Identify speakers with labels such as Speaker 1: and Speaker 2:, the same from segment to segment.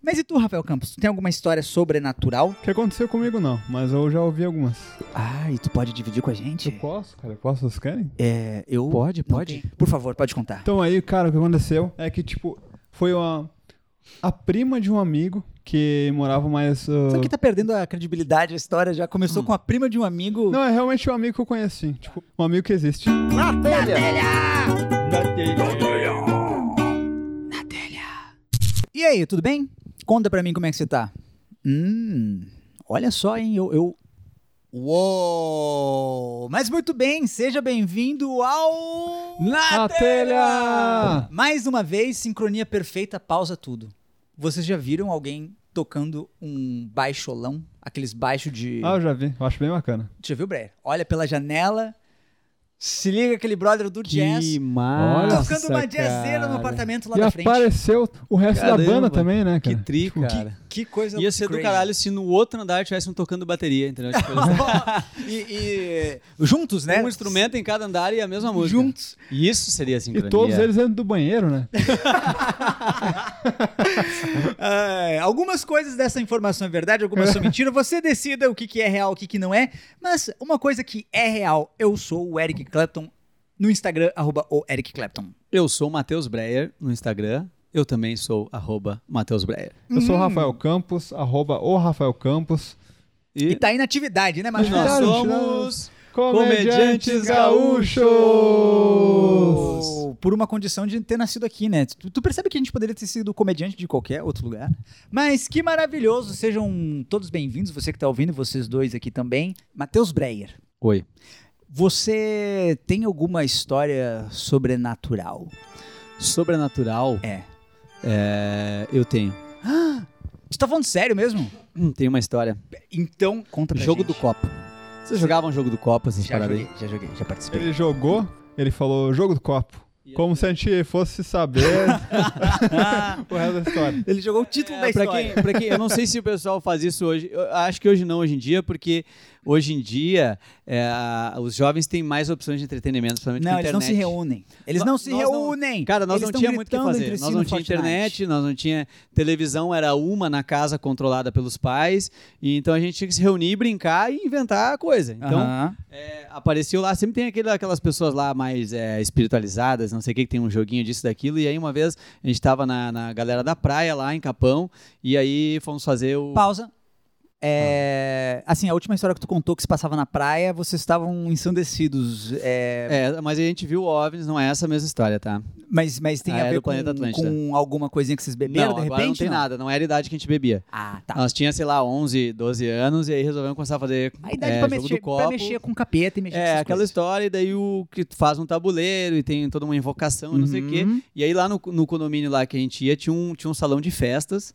Speaker 1: Mas e tu, Rafael Campos? Tu tem alguma história sobrenatural?
Speaker 2: O que aconteceu comigo não, mas eu já ouvi algumas.
Speaker 1: Ah, e tu pode dividir com a gente?
Speaker 2: Posso, cara? Posso? Vocês querem?
Speaker 1: É, eu.
Speaker 3: Pode,
Speaker 1: não
Speaker 3: pode.
Speaker 1: tenho. Por favor, pode contar.
Speaker 2: Então aí, cara, o que aconteceu é que, tipo, foi uma... A prima de um amigo que morava mais... ah,
Speaker 1: Sabe que tá perdendo a credibilidade a história? Já começou com a prima de um amigo.
Speaker 2: Não, é realmente um amigo que eu conheci. Tipo, um amigo que existe.
Speaker 1: E aí, tudo bem? Conta pra mim como é que você tá. Hum, olha só, hein, eu... eu... Uou! Mas muito bem, seja bem-vindo ao...
Speaker 2: Na telha!
Speaker 1: Mais uma vez, sincronia perfeita, pausa tudo. Vocês já viram alguém tocando um baixolão? Aqueles baixos de...
Speaker 2: Ah, eu já vi. Eu acho bem bacana.
Speaker 1: Deixa eu ver o Breyer. Olha pela janela, se liga aquele brother do jazz...
Speaker 3: Que massa,
Speaker 1: Tocando uma jazzeira no
Speaker 3: cara.
Speaker 1: apartamento lá
Speaker 2: E
Speaker 1: da frente.
Speaker 2: apareceu o resto
Speaker 3: Caramba,
Speaker 2: da banda também, né,
Speaker 3: Tipo, Que
Speaker 2: cara?
Speaker 3: tri, cara.
Speaker 1: Que coisa
Speaker 3: Ia ser do
Speaker 1: é crazy.
Speaker 3: caralho se no outro andar tivessem tocando bateria, entendeu? Tipo, eles-
Speaker 1: e, e- juntos, né?
Speaker 3: um instrumento em cada andar e a mesma música.
Speaker 1: Juntos.
Speaker 3: E Isso seria assim.
Speaker 2: E todos eles dentro do banheiro, né?
Speaker 1: É, algumas coisas dessa informação é verdade, algumas são mentira. Você decida o que, que é real, o que, que não é. Mas uma coisa que é real, eu sou o Eric Clapton no Instagram, arroba o Eric Clapton.
Speaker 3: Eu sou o Matheus Breyer no Instagram. Eu também sou arroba Matheus Breyer.
Speaker 2: Eu
Speaker 1: Hum.
Speaker 2: sou o Rafael Campos, arroba o Rafael Campos.
Speaker 1: E tá aí na atividade, né,
Speaker 3: E
Speaker 1: Macho?
Speaker 3: nós
Speaker 2: Tiraram,
Speaker 3: somos. Comediantes
Speaker 2: Comediantes Gaúchos!
Speaker 1: Por uma condição de ter nascido aqui, né? Tu, tu percebe que a gente poderia ter sido comediante de qualquer outro lugar. Mas que maravilhoso! Sejam todos bem-vindos, você que tá ouvindo, vocês dois aqui também. Matheus Breyer.
Speaker 3: Oi.
Speaker 1: Você tem alguma história sobrenatural?
Speaker 3: Sobrenatural.
Speaker 1: É.
Speaker 3: é, eu tenho.
Speaker 1: Você tá falando sério mesmo?
Speaker 3: Hum, Tem uma história.
Speaker 1: Então, conta pra
Speaker 3: jogo
Speaker 1: gente.
Speaker 3: do copo. Vocês jogavam jogo do copo, essas
Speaker 1: Já
Speaker 3: paradas
Speaker 1: joguei,
Speaker 3: aí?
Speaker 1: já joguei, já participei.
Speaker 2: Ele jogou, ele falou jogo do copo. Como se a gente fosse saber o resto da história.
Speaker 1: Ele jogou o título da
Speaker 3: É, pra quem, pra quem, eu não sei se o pessoal faz isso hoje. Eu acho que hoje não, hoje em dia, porque hoje em dia é, os jovens têm mais opções de entretenimento, principalmente
Speaker 1: Não,
Speaker 3: com
Speaker 1: eles não
Speaker 3: internet.
Speaker 1: se reúnem. Eles
Speaker 3: No-
Speaker 1: não se
Speaker 3: nós não-
Speaker 1: reúnem.
Speaker 3: Cara, nós
Speaker 1: Eles
Speaker 3: não
Speaker 1: tão
Speaker 3: tinha muito o que
Speaker 1: gritando
Speaker 3: fazer.
Speaker 1: entre
Speaker 3: Nós
Speaker 1: si no
Speaker 3: não tinha
Speaker 1: Fortnite.
Speaker 3: internet, nós não tinha televisão, era uma na casa controlada pelos pais. E então a gente tinha que se reunir, brincar e inventar coisa. Então,
Speaker 1: Aham.
Speaker 3: é, apareceu lá, sempre tem aquele- aquelas pessoas lá mais é, espiritualizadas, não sei o que, que tem um joguinho disso, daquilo. E aí uma vez a gente tava na, na galera da praia lá em Capão, e aí fomos fazer o.
Speaker 1: pausa. É,
Speaker 3: Ah.
Speaker 1: Assim, a última história que tu contou que se passava na praia, vocês estavam ensandecidos. é,
Speaker 3: É, mas a gente viu OVNIs, não é essa mesma história, tá?
Speaker 1: Mas, mas tem
Speaker 3: Ah,
Speaker 1: a
Speaker 3: era
Speaker 1: ver
Speaker 3: do
Speaker 1: com,
Speaker 3: planeta Atlântida.
Speaker 1: com alguma coisinha que vocês beberam
Speaker 3: não,
Speaker 1: de repente?
Speaker 3: agora não tem nada, não era a idade que a gente bebia.
Speaker 1: Ah, tá.
Speaker 3: Nós tinha, sei lá, 11, 12 anos, e aí resolvemos começar a fazer
Speaker 1: A idade
Speaker 3: é,
Speaker 1: pra,
Speaker 3: jogo
Speaker 1: mexer,
Speaker 3: do copo.
Speaker 1: pra mexer com capeta e mexer com
Speaker 3: É,
Speaker 1: essas
Speaker 3: aquela
Speaker 1: coisas.
Speaker 3: história, e daí o que tu faz um tabuleiro e tem toda uma invocação e não sei o quê.
Speaker 1: Uhum.
Speaker 3: E aí lá no, no condomínio lá que a gente ia, tinha um, tinha um salão de festas.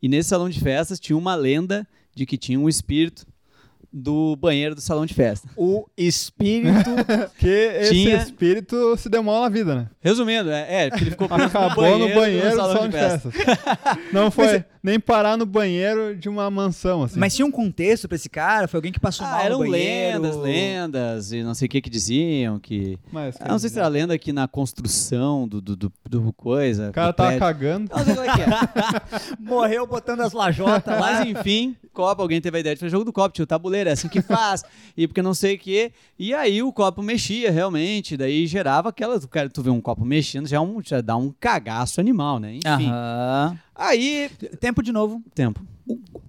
Speaker 3: E nesse salão de festas tinha uma lenda de que tinha um espírito do banheiro do salão de festa.
Speaker 1: O espírito.
Speaker 2: Que esse
Speaker 3: Tinha-
Speaker 2: espírito se deu mal na vida, né?
Speaker 3: Resumindo, é, é, porque ele ficou preso
Speaker 2: Acabou no banheiro
Speaker 3: do
Speaker 2: do salão de festas. Não foi
Speaker 3: é-
Speaker 2: nem parar no banheiro de uma mansão, assim.
Speaker 1: mas tinha um contexto pra esse cara? Foi alguém que passou mal
Speaker 3: Ah,
Speaker 1: no
Speaker 3: eram
Speaker 1: banheiro?
Speaker 3: lendas, lendas, e não sei o que que diziam, que...
Speaker 2: Mas,
Speaker 3: Ah, não sei se era lenda que na construção do, do, do, do coisa...
Speaker 2: O cara tá tava
Speaker 3: do prédio.
Speaker 2: cagando.
Speaker 3: Não sei como é que é.
Speaker 1: Morreu botando as lajotas lá.
Speaker 3: Tá, Mas enfim, Copa, alguém teve a ideia de fazer jogo do copo, tinha o tabuleiro, é assim que faz, e porque não sei o quê. E aí o copo mexia realmente, daí gerava aquela. Tu, cara, tu vê um copo mexendo, já, é um, já dá um cagaço animal, né? Enfim.
Speaker 1: Aham.
Speaker 3: Aí.
Speaker 1: Tempo de novo.
Speaker 3: Tempo.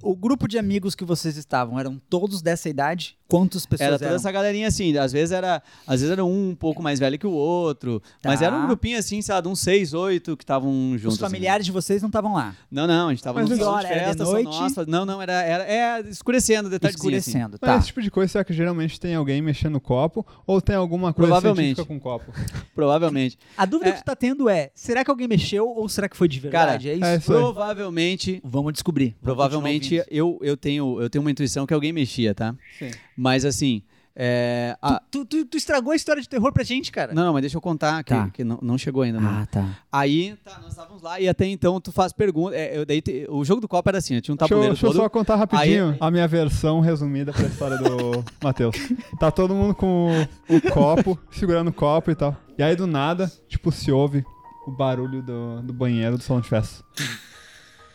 Speaker 1: O grupo de amigos que vocês estavam eram todos dessa idade? Quantas pessoas
Speaker 3: Era toda
Speaker 1: eram?
Speaker 3: essa galerinha assim, às vezes era, às vezes era um um pouco mais velho que o outro, mas
Speaker 1: Tá.
Speaker 3: era um grupinho assim, sei lá, de uns seis, oito que estavam juntos.
Speaker 1: Os familiares de vocês não estavam lá.
Speaker 3: Assim. Não, não, a gente tava
Speaker 2: Mas
Speaker 3: num
Speaker 2: que
Speaker 3: salão de
Speaker 1: hora? Era de
Speaker 3: festa, só
Speaker 1: noite?
Speaker 3: nós, faz- Não, não, era, era é, escurecendo, detalhezinho assim.
Speaker 1: Escurecendo,
Speaker 2: Mas
Speaker 1: tá.
Speaker 2: esse tipo de coisa, será que geralmente tem alguém mexendo no copo? Ou tem alguma coisa
Speaker 3: Provavelmente.
Speaker 2: científica com copo?
Speaker 3: Provavelmente.
Speaker 1: A dúvida
Speaker 3: É.
Speaker 1: que tu tá tendo é, será que alguém mexeu ou será que foi de verdade? é isso?
Speaker 2: é isso aí.
Speaker 3: Provavelmente
Speaker 1: Vamos descobrir. Vamos
Speaker 3: Provavelmente
Speaker 1: continuar
Speaker 3: eu, eu, tenho, eu tenho uma intuição que alguém mexia, tá?
Speaker 2: Sim.
Speaker 3: Mas assim. é, a-
Speaker 1: ouvindo. Tu, tu- tu estragou a história de terror pra gente, cara.
Speaker 3: não, não, mas deixa eu contar que,
Speaker 1: Tá.
Speaker 3: que não, não chegou ainda. não.
Speaker 1: tá.
Speaker 3: Aí, tá, nós estávamos lá e até então tu faz pergunta. é, eu, daí, te- o jogo do copo era assim: ó, tinha um
Speaker 2: Deixa eu,
Speaker 3: tabuleiro
Speaker 2: deixa eu
Speaker 3: todo.
Speaker 2: só contar rapidinho
Speaker 3: Aí-
Speaker 2: a minha versão resumida pra história do Matheus. Tá todo mundo com o, o copo, segurando o copo e tal. E aí do nada, tipo, se ouve o barulho do, do banheiro do salão de festa.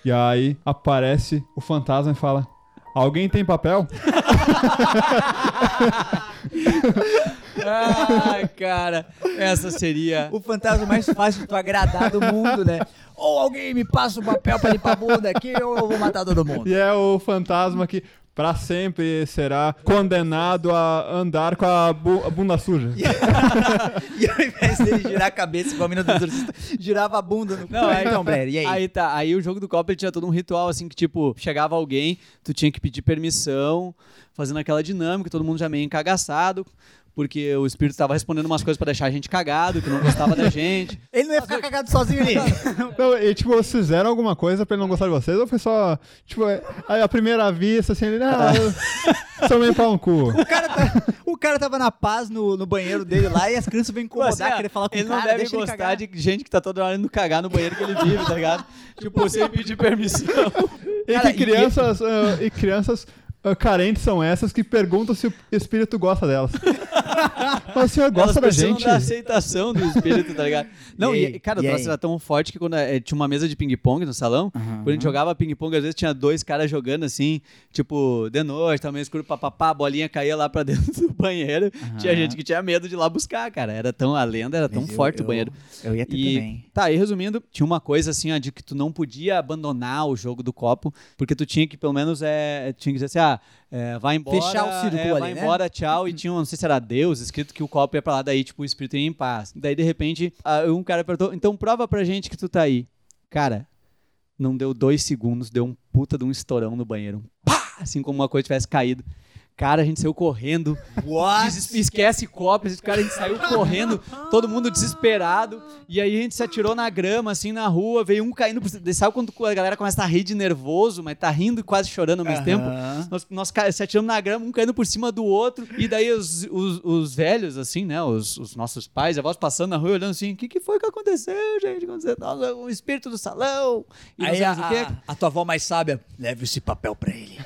Speaker 2: E aí aparece o fantasma e fala: Alguém tem papel?
Speaker 3: Ah, cara, essa seria.
Speaker 1: O fantasma mais fácil de tu agradar do mundo, né? Ou alguém me passa o papel pra limpar a bunda aqui, ou eu vou matar todo mundo.
Speaker 2: E é o fantasma que pra sempre será condenado a andar com a, bu- a bunda suja.
Speaker 1: e ao invés dele girar a cabeça igual a mina do exorcista, girava a bunda no
Speaker 3: Não, aí,
Speaker 1: então, Breno, e aí?
Speaker 3: Aí tá, aí o jogo do copo ele tinha todo um ritual, assim, que tipo, chegava alguém, tu tinha que pedir permissão, fazendo aquela dinâmica, todo mundo já meio encagaçado, porque o espírito tava respondendo umas coisas pra deixar a gente cagado, que não gostava da gente.
Speaker 1: Ele não ia ficar cagado sozinho ali.
Speaker 2: Não, e tipo, vocês fizeram alguma coisa pra ele não gostar de vocês? Ou foi só, tipo, é- aí à primeira vista, assim, ele, ah, eu sou meio pau no cu.
Speaker 1: O cara, tá- o cara tava na paz no, no banheiro dele lá e as crianças vêm
Speaker 3: Assim,
Speaker 1: incomodar,
Speaker 3: ó,
Speaker 1: querer falar com
Speaker 3: ele
Speaker 1: o
Speaker 3: não
Speaker 1: cara,
Speaker 3: deve
Speaker 1: deixa ele
Speaker 3: gostar
Speaker 1: cagar.
Speaker 3: de gente que tá toda hora indo cagar no banheiro que ele vive, tá ligado? tipo, sem pedir permissão.
Speaker 2: E
Speaker 3: Cara,
Speaker 2: que crianças, ah, e crianças ah, carentes são essas que perguntam se o espírito gosta delas. Mas o senhor
Speaker 3: Elas
Speaker 2: gosta da
Speaker 3: precisam
Speaker 2: gente?
Speaker 3: da aceitação do espírito, tá ligado? Não,
Speaker 1: E
Speaker 3: e,
Speaker 1: aí?
Speaker 3: cara,
Speaker 1: E
Speaker 3: o
Speaker 1: aí?
Speaker 3: troço era tão forte que quando eh, tinha uma mesa de ping-pong no salão, quando a gente jogava ping-pong, às vezes tinha dois caras jogando assim, tipo, de noite, tava meio escuro, papapá, a bolinha caía lá pra dentro do banheiro. Tinha gente que tinha medo de ir lá buscar, cara. Era tão, a lenda era tão
Speaker 1: Mas eu-
Speaker 3: forte
Speaker 1: eu-
Speaker 3: o banheiro.
Speaker 1: Eu ia ter
Speaker 3: E-
Speaker 1: também.
Speaker 3: Tá, e resumindo, tinha uma coisa assim, ó, de que tu não podia abandonar o jogo do copo, porque tu tinha que, pelo menos, é, tinha que dizer assim, ah, é, vai embora.
Speaker 1: Fechar o círculo
Speaker 3: é, Vai
Speaker 1: ali, né?
Speaker 3: embora, tchau. E tinha, um, não sei se era Deus, escrito que o copo ia pra lá, daí, tipo, o espírito ia em paz. Daí, de repente, ah, um cara perguntou, então prova pra gente que tu tá aí. Cara, não deu dois segundos, deu um puta de um estourão no banheiro. Um pá! Assim como uma coisa tivesse caído. Cara, a gente saiu correndo. Des- Esquece copos, esse cara a gente saiu correndo, todo mundo desesperado. E aí a gente se atirou na grama, assim, na rua, veio um caindo. por cima- Sabe quando a galera começa a rir de nervoso, mas tá rindo e quase chorando ao mesmo tempo?
Speaker 1: Aham.
Speaker 3: Nós, nós ca- se atiramos na grama, um caindo por cima do outro, e daí os, os, os velhos, assim, né? Os, os nossos pais, avós passando na rua, olhando assim: o que, que foi que aconteceu, gente? Aconteceu, nossa, o espírito do salão. E assim, não
Speaker 1: Aí
Speaker 3: sei
Speaker 1: a,
Speaker 3: mais o quê.
Speaker 1: a- a tua avó mais sábia, leva esse papel pra ele.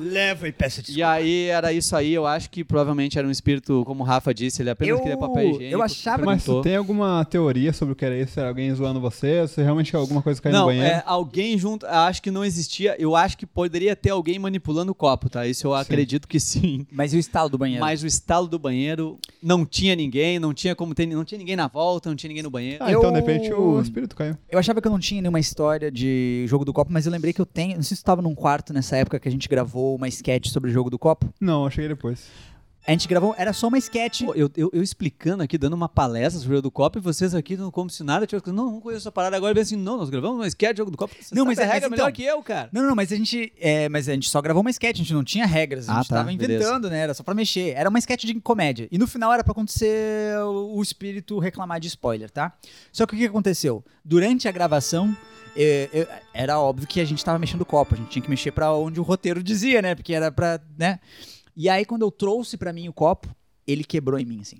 Speaker 1: leva e peça
Speaker 3: E
Speaker 1: desculpa.
Speaker 3: aí era isso aí, eu acho que provavelmente era um espírito, como o Rafa disse, ele apenas queria papel higiênico.
Speaker 1: eu achava
Speaker 2: Mas
Speaker 3: Perguntou.
Speaker 2: tu tem alguma teoria sobre o que era isso? Era alguém zoando você? Ou se realmente alguma coisa caiu no
Speaker 3: Não,
Speaker 2: banheiro?
Speaker 3: é alguém junto. Acho que não existia. Eu acho que poderia ter alguém manipulando o copo, tá? Isso eu acredito que sim.
Speaker 1: Mas e o estalo do banheiro?
Speaker 3: Mas o estalo do banheiro não tinha ninguém, não tinha como ter, não tinha ninguém na volta, não tinha ninguém no banheiro.
Speaker 2: Ah, então de
Speaker 1: eu-
Speaker 2: repente o espírito caiu.
Speaker 1: Eu achava que eu não tinha nenhuma história de jogo do copo, mas eu lembrei que eu tenho. Não sei se tu tava num quarto nessa época que a gente gravou uma sketch sobre o jogo do copo.
Speaker 2: Não, eu cheguei depois.
Speaker 1: A gente gravou, era só uma sketch.
Speaker 3: Pô, eu, eu- eu explicando aqui, dando uma palestra sobre o jogo do copo, e vocês aqui não como se nada, tipo, não, não conheço essa parada agora, bem assim, não, nós gravamos, mas quer jogo do copo? Você
Speaker 1: Não,
Speaker 3: sabe
Speaker 1: mas
Speaker 3: a
Speaker 1: é- mas
Speaker 3: regra melhor
Speaker 1: então-
Speaker 3: que eu, cara.
Speaker 1: Não, não, mas a gente. é, mas a gente só gravou uma sketch, a gente não tinha regras, a
Speaker 3: Ah,
Speaker 1: gente
Speaker 3: tá,
Speaker 1: tava
Speaker 3: beleza.
Speaker 1: inventando, né? Era só pra mexer. Era uma sketch de comédia. E no final era pra acontecer o o espírito reclamar de spoiler, tá? Só que o que aconteceu? Durante a gravação. é, eu- era óbvio que a gente tava mexendo o copo, a gente tinha que mexer pra onde o roteiro dizia, né? Porque era pra. né? E aí, quando eu trouxe pra mim o copo, ele quebrou em mim, assim.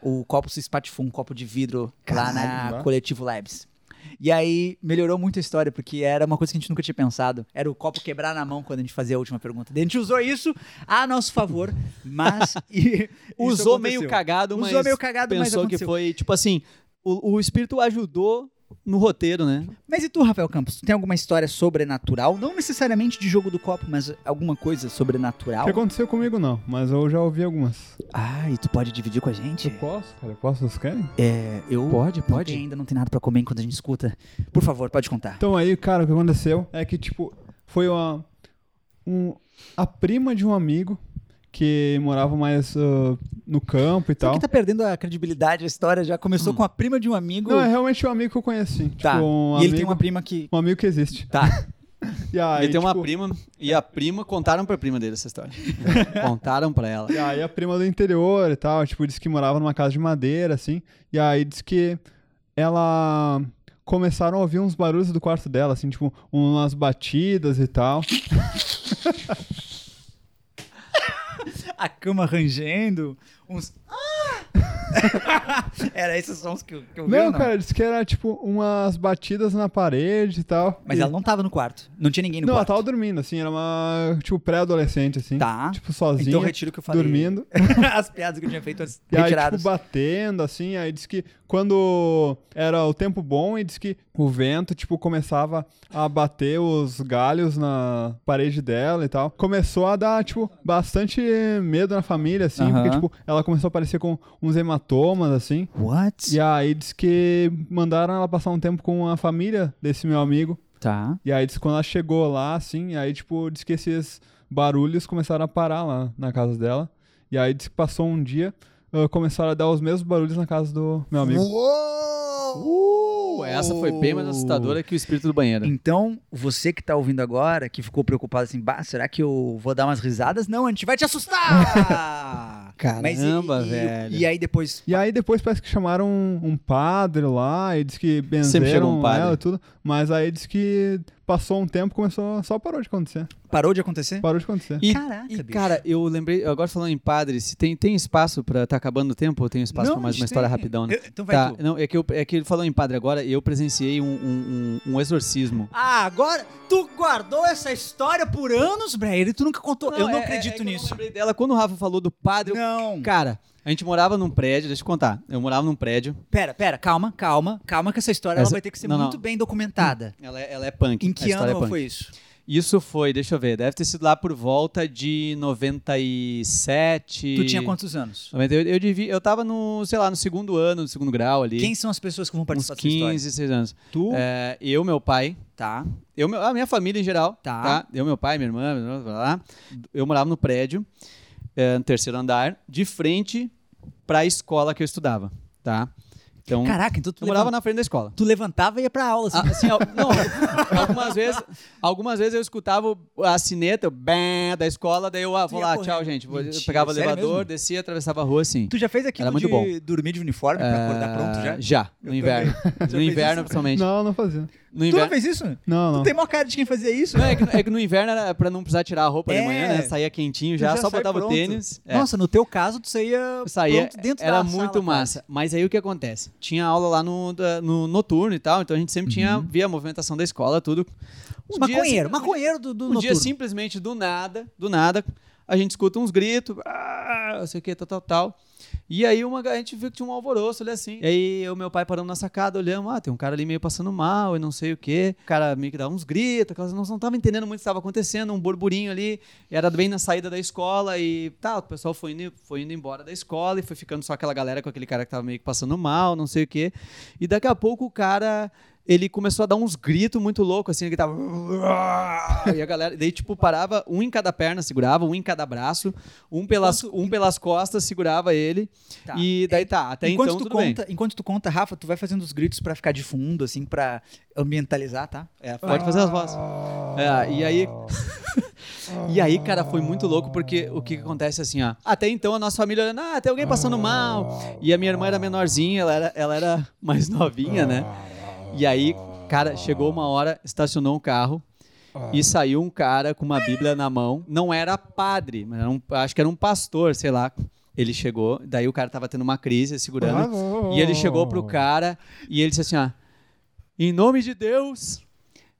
Speaker 1: O copo se espatifou, um copo de vidro lá na
Speaker 2: Caralho.
Speaker 1: Coletivo Labs. E aí melhorou muito a história, porque era uma coisa que a gente nunca tinha pensado. Era o copo quebrar na mão quando a gente fazia a última pergunta. Daí A gente usou isso a nosso favor, mas. e-
Speaker 3: Usou
Speaker 1: isso
Speaker 3: meio
Speaker 1: aconteceu.
Speaker 3: cagado, mas
Speaker 1: Usou meio cagado, mas
Speaker 3: pensou que
Speaker 1: aconteceu.
Speaker 3: foi, tipo assim, o, o espírito ajudou no roteiro, né?
Speaker 1: Mas e tu, Rafael Campos? Tu tem alguma história sobrenatural? Não necessariamente de jogo do copo, mas alguma coisa
Speaker 2: O
Speaker 1: sobrenatural?
Speaker 2: que aconteceu comigo não, mas eu já ouvi algumas.
Speaker 1: Ah, e tu pode dividir com a gente?
Speaker 2: Eu posso, cara? Eu posso? Vocês querem?
Speaker 1: É, eu.
Speaker 3: Pode,
Speaker 1: não tem ainda não tem nada pra comer enquanto a gente escuta. Por favor, pode contar.
Speaker 2: Então aí, cara, o que aconteceu é que, tipo, foi uma. Um, a prima de um amigo que morava mais ah, no campo e
Speaker 1: Então,
Speaker 2: tal.
Speaker 1: que tá perdendo a credibilidade, a história já começou
Speaker 3: Hum.
Speaker 1: com a prima de um amigo.
Speaker 2: Não, é realmente um amigo que eu conheci.
Speaker 1: Tá.
Speaker 2: Tipo, um
Speaker 1: e
Speaker 2: amigo,
Speaker 1: ele tem uma prima que.
Speaker 2: um amigo que existe.
Speaker 1: Tá.
Speaker 2: E aí,
Speaker 3: Ele tem uma
Speaker 2: tipo,
Speaker 3: prima e a prima contaram pra prima dele essa história. contaram pra ela.
Speaker 2: E aí a prima do interior e tal, tipo, disse que morava numa casa de madeira, assim. E aí disse que ela começaram a ouvir uns barulhos do quarto dela, assim, tipo, umas batidas e tal.
Speaker 1: A cama rangendo, uns. "Ah!" Era esses sons que eu, que eu vi, ou
Speaker 2: Não, cara, disse que era tipo umas batidas na parede e tal.
Speaker 1: Mas
Speaker 2: E-
Speaker 1: ela não tava no quarto. Não tinha ninguém no
Speaker 2: Não, ela
Speaker 1: quarto.
Speaker 2: tava dormindo, assim, era uma tipo pré-adolescente, assim.
Speaker 1: Tá.
Speaker 2: Tipo, sozinha.
Speaker 1: Então retiro o que eu falei.
Speaker 2: dormindo.
Speaker 1: As piadas que eu tinha feito antes
Speaker 2: E aí, tipo,
Speaker 1: retiradas.
Speaker 2: batendo, assim, aí disse que quando era o tempo bom, e disse que o vento, tipo, começava a bater os galhos na parede dela e tal. Começou a dar, tipo, bastante medo na família, assim,
Speaker 3: Aham.
Speaker 2: porque, tipo, ela começou a aparecer com uns hematomas, assim.
Speaker 1: What?
Speaker 2: E aí diz que mandaram ela passar um tempo com a família desse meu amigo.
Speaker 3: Tá.
Speaker 2: E aí diz que quando ela chegou lá, assim, aí, tipo, diz que esses barulhos começaram a parar lá na casa dela. E aí diz que passou um dia, ah, começaram a dar os mesmos barulhos na casa do meu amigo.
Speaker 1: Uou!
Speaker 3: Pô, Uh, essa foi bem mais assustadora que o espírito do banheiro.
Speaker 1: Então, você que tá ouvindo agora, que ficou preocupado assim, bah, será que eu vou dar umas risadas? Não, a gente vai te assustar! Mas e-
Speaker 3: Caramba,
Speaker 1: e-
Speaker 3: velho.
Speaker 1: E aí depois
Speaker 2: E aí depois parece que chamaram um, um padre lá, e disse que
Speaker 3: chega
Speaker 2: benzeram
Speaker 3: um padre.
Speaker 2: ela e tudo. Mas aí disse que passou um tempo, começou, só parou de acontecer.
Speaker 1: parou de acontecer?
Speaker 2: Parou de acontecer.
Speaker 3: E,
Speaker 1: Caraca,
Speaker 3: e,
Speaker 1: bicho.
Speaker 3: cara, eu lembrei, agora falando em padre, se tem, tem espaço pra. Tá acabando o tempo ou tem espaço
Speaker 2: Não,
Speaker 3: pra mais
Speaker 2: a
Speaker 3: uma
Speaker 2: gente
Speaker 3: história
Speaker 2: tem.
Speaker 3: rapidão, né?
Speaker 1: Eu- então vai
Speaker 3: Tá,
Speaker 1: tu.
Speaker 3: não, é que, eu, é que ele falou em padre agora e eu presenciei um, um- um- um exorcismo.
Speaker 1: Ah, agora tu guardou essa história por anos, Breyer, e tu nunca contou. eu não
Speaker 3: é- é-
Speaker 1: acredito
Speaker 3: é que eu
Speaker 1: nisso.
Speaker 3: lembrei dela quando o Rafa falou do padre. eu-
Speaker 1: Não.
Speaker 3: Cara, a gente morava num prédio, deixa eu contar. Eu morava num prédio.
Speaker 1: Pera, pera, calma, calma, calma que essa história ela
Speaker 3: Essa-
Speaker 1: vai ter que ser
Speaker 3: não, não.
Speaker 1: muito bem documentada.
Speaker 3: Ela é, ela é punk.
Speaker 1: Em
Speaker 3: a
Speaker 1: que
Speaker 3: história é
Speaker 1: ano
Speaker 3: punk.
Speaker 1: foi isso?
Speaker 3: Isso foi, deixa eu ver, deve ter sido lá por volta de 97.
Speaker 1: Tu tinha quantos anos?
Speaker 3: 98. Eu, devia, eu tava no, sei lá, no segundo ano, no segundo grau ali.
Speaker 1: Quem são as pessoas que vão
Speaker 3: uns
Speaker 1: participar dessa história?
Speaker 3: 15, 6 anos.
Speaker 1: Tu?
Speaker 3: É, eu, meu pai,
Speaker 1: Tá.
Speaker 3: eu, meu- a minha família em geral,
Speaker 1: Tá.
Speaker 3: tá. Eu, meu pai, minha irmã, blá, blá, blá. eu morava no prédio, é, no terceiro andar, de frente pra escola que eu estudava, tá? Então,
Speaker 1: Caraca, então tu,
Speaker 3: eu morava
Speaker 1: levantava,
Speaker 3: na frente da escola.
Speaker 1: tu levantava e ia pra aula, assim.
Speaker 3: Ah, Assim, al- não, algumas vezes, algumas vezes eu escutava o- a sineta, o bam, da escola, daí eu ah, vou
Speaker 1: ia
Speaker 3: lá,
Speaker 1: correndo.
Speaker 3: tchau, gente. Vou- eu
Speaker 1: Mentira,
Speaker 3: pegava o
Speaker 1: sério
Speaker 3: elevador,
Speaker 1: mesmo?
Speaker 3: descia, atravessava a rua assim.
Speaker 1: Tu já fez aquilo
Speaker 3: Era muito
Speaker 1: de
Speaker 3: bom.
Speaker 1: dormir de uniforme pra acordar
Speaker 3: Ah,
Speaker 1: pronto já?
Speaker 3: Já, no
Speaker 1: Eu
Speaker 3: inverno. No
Speaker 1: fez
Speaker 3: inverno,
Speaker 1: isso?
Speaker 3: principalmente.
Speaker 2: Não, não fazia.
Speaker 3: No
Speaker 1: Tu não
Speaker 3: inverno.
Speaker 1: fez isso?
Speaker 2: Não,
Speaker 1: Tu
Speaker 2: não.
Speaker 1: tem maior cara de quem fazia isso?
Speaker 3: Não, é, que, é que no inverno era pra não precisar tirar a roupa
Speaker 1: É.
Speaker 3: de manhã, né? Saía quentinho já,
Speaker 2: Já
Speaker 3: só
Speaker 2: sai
Speaker 3: botava o
Speaker 2: pronto.
Speaker 3: tênis. É.
Speaker 1: Nossa, no teu caso, tu saía,
Speaker 3: saía,
Speaker 1: pronto dentro
Speaker 3: era
Speaker 1: da
Speaker 3: muito
Speaker 1: sala,
Speaker 3: massa. Mas aí o que acontece? Tinha aula lá no, da- no noturno e tal, então a gente sempre tinha,
Speaker 1: Uhum.
Speaker 3: via a movimentação da escola, tudo.
Speaker 1: Quase.
Speaker 3: Um dia,
Speaker 1: Maconheiro,
Speaker 3: assim,
Speaker 1: maconheiro do, do
Speaker 3: Um dia
Speaker 1: noturno.
Speaker 3: simplesmente do nada, do nada, a gente escuta uns gritos, ah, não sei o que, tal, tal, tal. E aí uma, a gente viu que tinha um alvoroço ali assim. E aí eu e meu pai paramos na sacada, olhamos, ah, tem um cara ali meio passando mal e não sei o que. O cara meio que dava uns gritos, aquelas nós não tava entendendo muito o que estava acontecendo, um burburinho ali. Era bem na saída da escola e tá, o pessoal foi indo, foi indo embora da escola e foi ficando só aquela galera com aquele cara que tava meio que passando mal, não sei o que. E daqui a pouco o cara ele começou a dar uns gritos muito loucos, assim, ele tava. E a galera. Daí, tipo, parava um em cada perna, segurava, um em cada braço, um pelas,
Speaker 1: Enquanto-
Speaker 3: um pelas costas, segurava ele.
Speaker 1: Tá.
Speaker 3: E daí tá, até
Speaker 1: enquanto
Speaker 3: então
Speaker 1: tu
Speaker 3: tudo bem.
Speaker 1: conta, enquanto tu conta, Rafa, tu vai fazendo os gritos pra ficar de fundo, assim, pra ambientalizar, tá?
Speaker 3: É, pode fazer as vozes. É, e aí. e aí, cara, foi muito louco, porque o que, que acontece assim, ó. Até então a nossa família olhando, ah, tem alguém passando mal. E a minha irmã era menorzinha, ela era, ela era mais novinha, né? E aí, cara, chegou uma hora, estacionou um carro.
Speaker 2: Ah.
Speaker 3: E saiu um cara com uma Bíblia na mão. Não era padre, mas era um- acho que era um pastor, sei lá. Ele chegou, daí o cara tava tendo uma crise, segurando. E ele chegou pro cara e ele disse assim: ó, Em nome de Deus,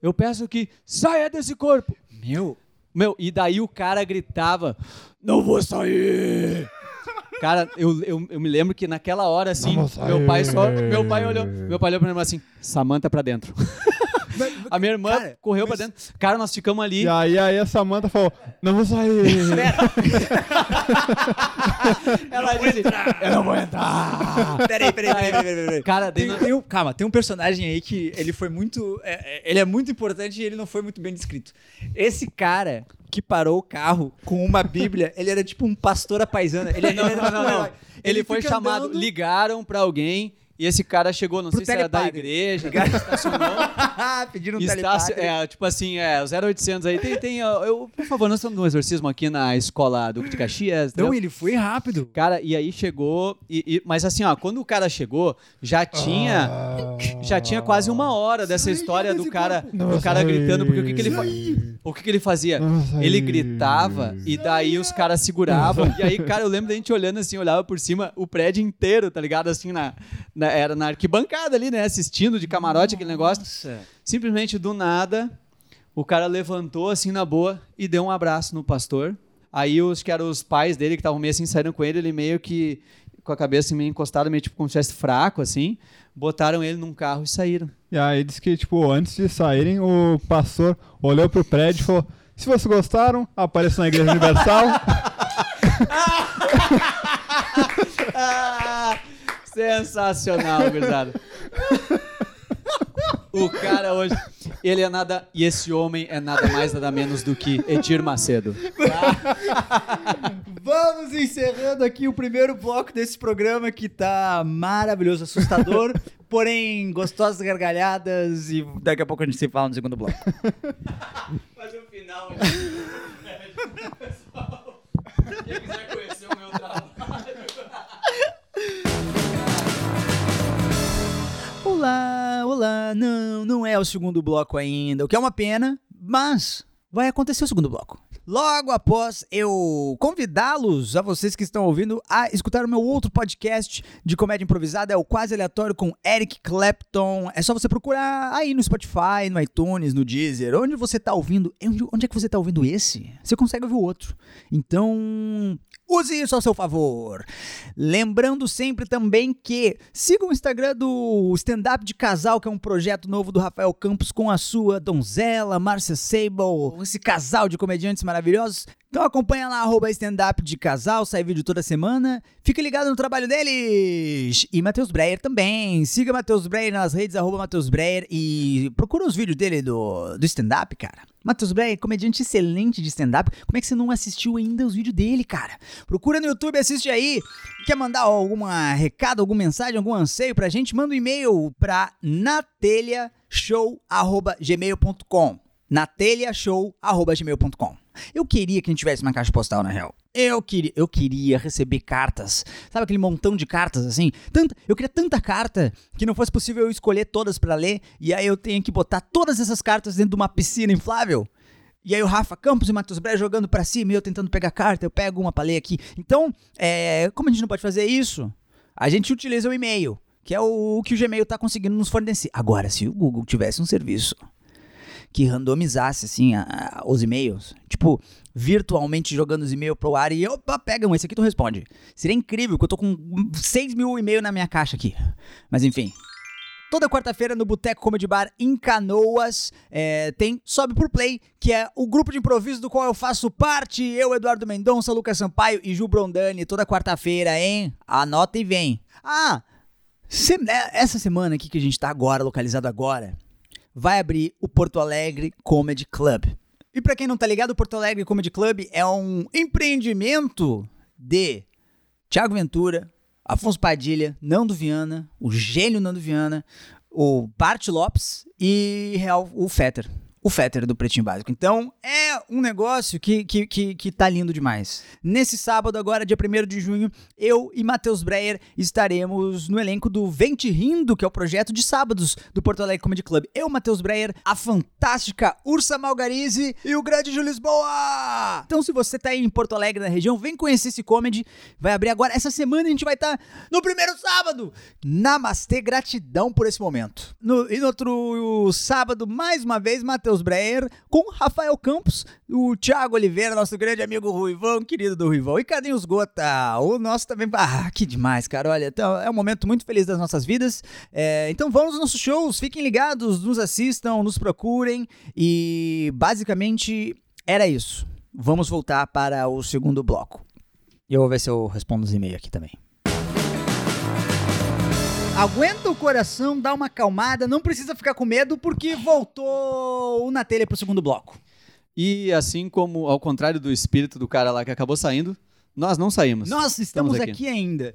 Speaker 3: eu peço que saia desse corpo.
Speaker 1: Meu,
Speaker 3: Meu, e daí o cara gritava: Não vou sair! Cara, eu, eu, eu me lembro que naquela hora, assim,
Speaker 2: Não vou
Speaker 3: meu pai só.
Speaker 2: sair.
Speaker 3: Meu pai olhou, meu pai olhou pra minha irmã assim, Samanta pra dentro. A minha irmã
Speaker 1: Cara,
Speaker 3: correu pra dentro. Cara, nós ficamos ali.
Speaker 2: E aí, aí a Samanta falou, não vou sair.
Speaker 3: Ela disse, eu não vou entrar.
Speaker 1: peraí, peraí, peraí, peraí, peraí, peraí.
Speaker 3: Cara, daí
Speaker 1: Tem,
Speaker 3: nós-
Speaker 1: tem um, calma, tem um personagem aí que ele foi muito. é, é, ele é muito importante e ele não foi muito bem descrito. Esse cara que parou o carro com uma Bíblia, ele era tipo um pastor apaisana. Ele, ele
Speaker 3: Não,
Speaker 1: era
Speaker 3: não,
Speaker 1: tipo
Speaker 3: não,
Speaker 1: um
Speaker 3: não.
Speaker 1: herói.
Speaker 3: Ele, foi
Speaker 1: fica
Speaker 3: chamado,
Speaker 1: andando-
Speaker 3: ligaram pra alguém e esse cara chegou, não
Speaker 1: Pro
Speaker 3: sei se era da
Speaker 1: telepadre.
Speaker 3: igreja, estacionou.
Speaker 1: Pediram um
Speaker 3: Está,
Speaker 1: telepátria.
Speaker 3: é, tipo assim, é, o 0800 aí, tem, tem, ó, eu, por favor, nós estamos num exorcismo aqui na escola Duque de Caxias,
Speaker 1: Então
Speaker 3: entendeu?
Speaker 1: ele foi rápido.
Speaker 3: Cara, e aí chegou, e- e- mas assim, ó, quando o cara chegou, já tinha, já tinha quase uma hora dessa história do cara, do cara gritando, porque o que que ele, fa- o que que ele fazia?
Speaker 2: Nossa,
Speaker 3: Ele
Speaker 2: aí.
Speaker 3: gritava e daí os caras seguravam. E aí, cara, eu lembro da gente olhando assim, olhava por cima o prédio inteiro, tá ligado? Assim, na, na- era na arquibancada ali, né? Assistindo de camarote aquele negócio.
Speaker 1: Nossa.
Speaker 3: Simplesmente do nada, o cara levantou assim na boa e deu um abraço no pastor. Aí os que eram os pais dele que estavam meio assim saíram com ele, ele meio que com a cabeça meio encostada, meio tipo com um chest fraco, assim. Botaram ele num carro e saíram.
Speaker 2: E aí diz que, tipo, antes de saírem, o pastor olhou pro prédio e falou: Se vocês gostaram, apareça na Igreja Universal.
Speaker 3: Ah, sensacional, gurizada. O cara hoje, ele é nada, e esse homem é nada mais, nada menos do que Edir Macedo.
Speaker 1: Vamos encerrando aqui o primeiro bloco desse programa que tá maravilhoso, assustador, porém gostosas gargalhadas e daqui a pouco a gente se fala no segundo bloco.
Speaker 3: Mas o final. Quem quiser conhecer o meu trabalho.
Speaker 1: Olá, olá, não, não é o segundo bloco ainda, o que é uma pena, mas vai acontecer o segundo bloco. Logo após eu convidá-los, a vocês que estão ouvindo, a escutar o meu outro podcast de comédia improvisada, é o Quase Aleatório com Eric Clapton. É só você procurar aí no Spotify, no iTunes, no Deezer, onde você está ouvindo, onde, onde é que você está ouvindo esse? Você consegue ouvir o outro. Então, Use isso ao seu favor. Lembrando sempre também que siga o Instagram do Stand Up de Casal, que é um projeto novo do Rafael Campos com a sua donzela, Márcia Sable, esse casal de comediantes maravilhosos. Então acompanha lá, arroba Stand Up de Casal, sai vídeo toda semana. Fique ligado no trabalho deles. E Matheus Breyer também. Siga Matheus Breyer nas redes, arroba Matheus Breyer e procura os vídeos dele do, do Stand Up, cara. Matheus Breyer, comediante excelente de stand-up. Como é que você não assistiu ainda os vídeos dele, cara? Procura no YouTube, assiste aí. Quer mandar algum recado, alguma mensagem, algum anseio pra gente? Manda um e-mail pra natelhashow.gmail.com natelhashow.gmail.com Eu queria que a gente tivesse uma caixa postal, na real. Eu queria, eu queria receber cartas. Sabe aquele montão de cartas assim? Tanta, eu queria tanta carta que não fosse possível eu escolher todas pra ler e aí eu tenho que botar todas essas cartas dentro de uma piscina inflável. E aí o Rafa Campos e o Matheus Breia jogando pra cima e eu tentando pegar carta, eu pego uma pra ler aqui. Então, é, como a gente não pode fazer isso, a gente utiliza o e-mail, que é o, o que o Gmail tá conseguindo nos fornecer. Agora, se o Google tivesse um serviço que randomizasse, assim, a- a- os e-mails. Tipo, virtualmente jogando os e-mails pro ar e, opa, pega um, esse aqui tu responde. Seria incrível, que eu tô com 6 mil e-mails na minha caixa aqui. Mas enfim. Toda quarta-feira no Boteco Comedy Bar em Canoas é, tem Sobe por Play, que é o grupo de improviso do qual eu faço parte. Eu, Eduardo Mendonça, Lucas Sampaio e Ju Brondani. Toda quarta-feira, hein? Anota e vem. Ah, se- é- essa semana aqui que a gente tá agora, localizado agora, vai abrir o Porto Alegre Comedy Club. E pra quem não tá ligado, o Porto Alegre Comedy Club é um empreendimento de Tiago Ventura, Afonso Padilha, Nando Viana, o gênio Nando Viana, o Bart Lopes e real o Fetter. O Fetter do Pretinho Básico. Então, é um negócio que, que, que, que tá lindo demais. Nesse sábado, agora, dia 1 de junho, eu e Matheus Breyer estaremos no elenco do Vem Te Rindo, que é o projeto de sábados do Porto Alegre Comedy Club. Eu, Matheus Breyer, a fantástica Ursa Malgarize e o grande Júlio Lisboa! Então, se você tá aí em Porto Alegre, na região, vem conhecer esse comedy. Vai abrir agora. Essa semana a gente vai estar no primeiro sábado. Namastê, gratidão por esse momento. No- e no outro sábado, mais uma vez, Matheus Breyer com Rafael Campos, o Thiago Oliveira, nosso grande amigo Ruivão, querido do Ruivão, e Carlinhos Gota, o nosso também. Ah, que demais, cara. Olha, então, é um momento muito feliz das nossas vidas. É, então vamos nos nossos shows, fiquem ligados, nos assistam, nos procurem. E basicamente era isso. Vamos voltar para o segundo bloco. E eu vou ver se eu respondo os e-mails aqui também. Aguenta o coração, dá uma acalmada, não precisa ficar com medo, porque voltou o na telha pro segundo bloco.
Speaker 3: E assim como, ao contrário do espírito do cara lá que acabou saindo, nós não saímos.
Speaker 1: Nós estamos,
Speaker 3: Estamos
Speaker 1: aqui.
Speaker 3: aqui.
Speaker 1: ainda.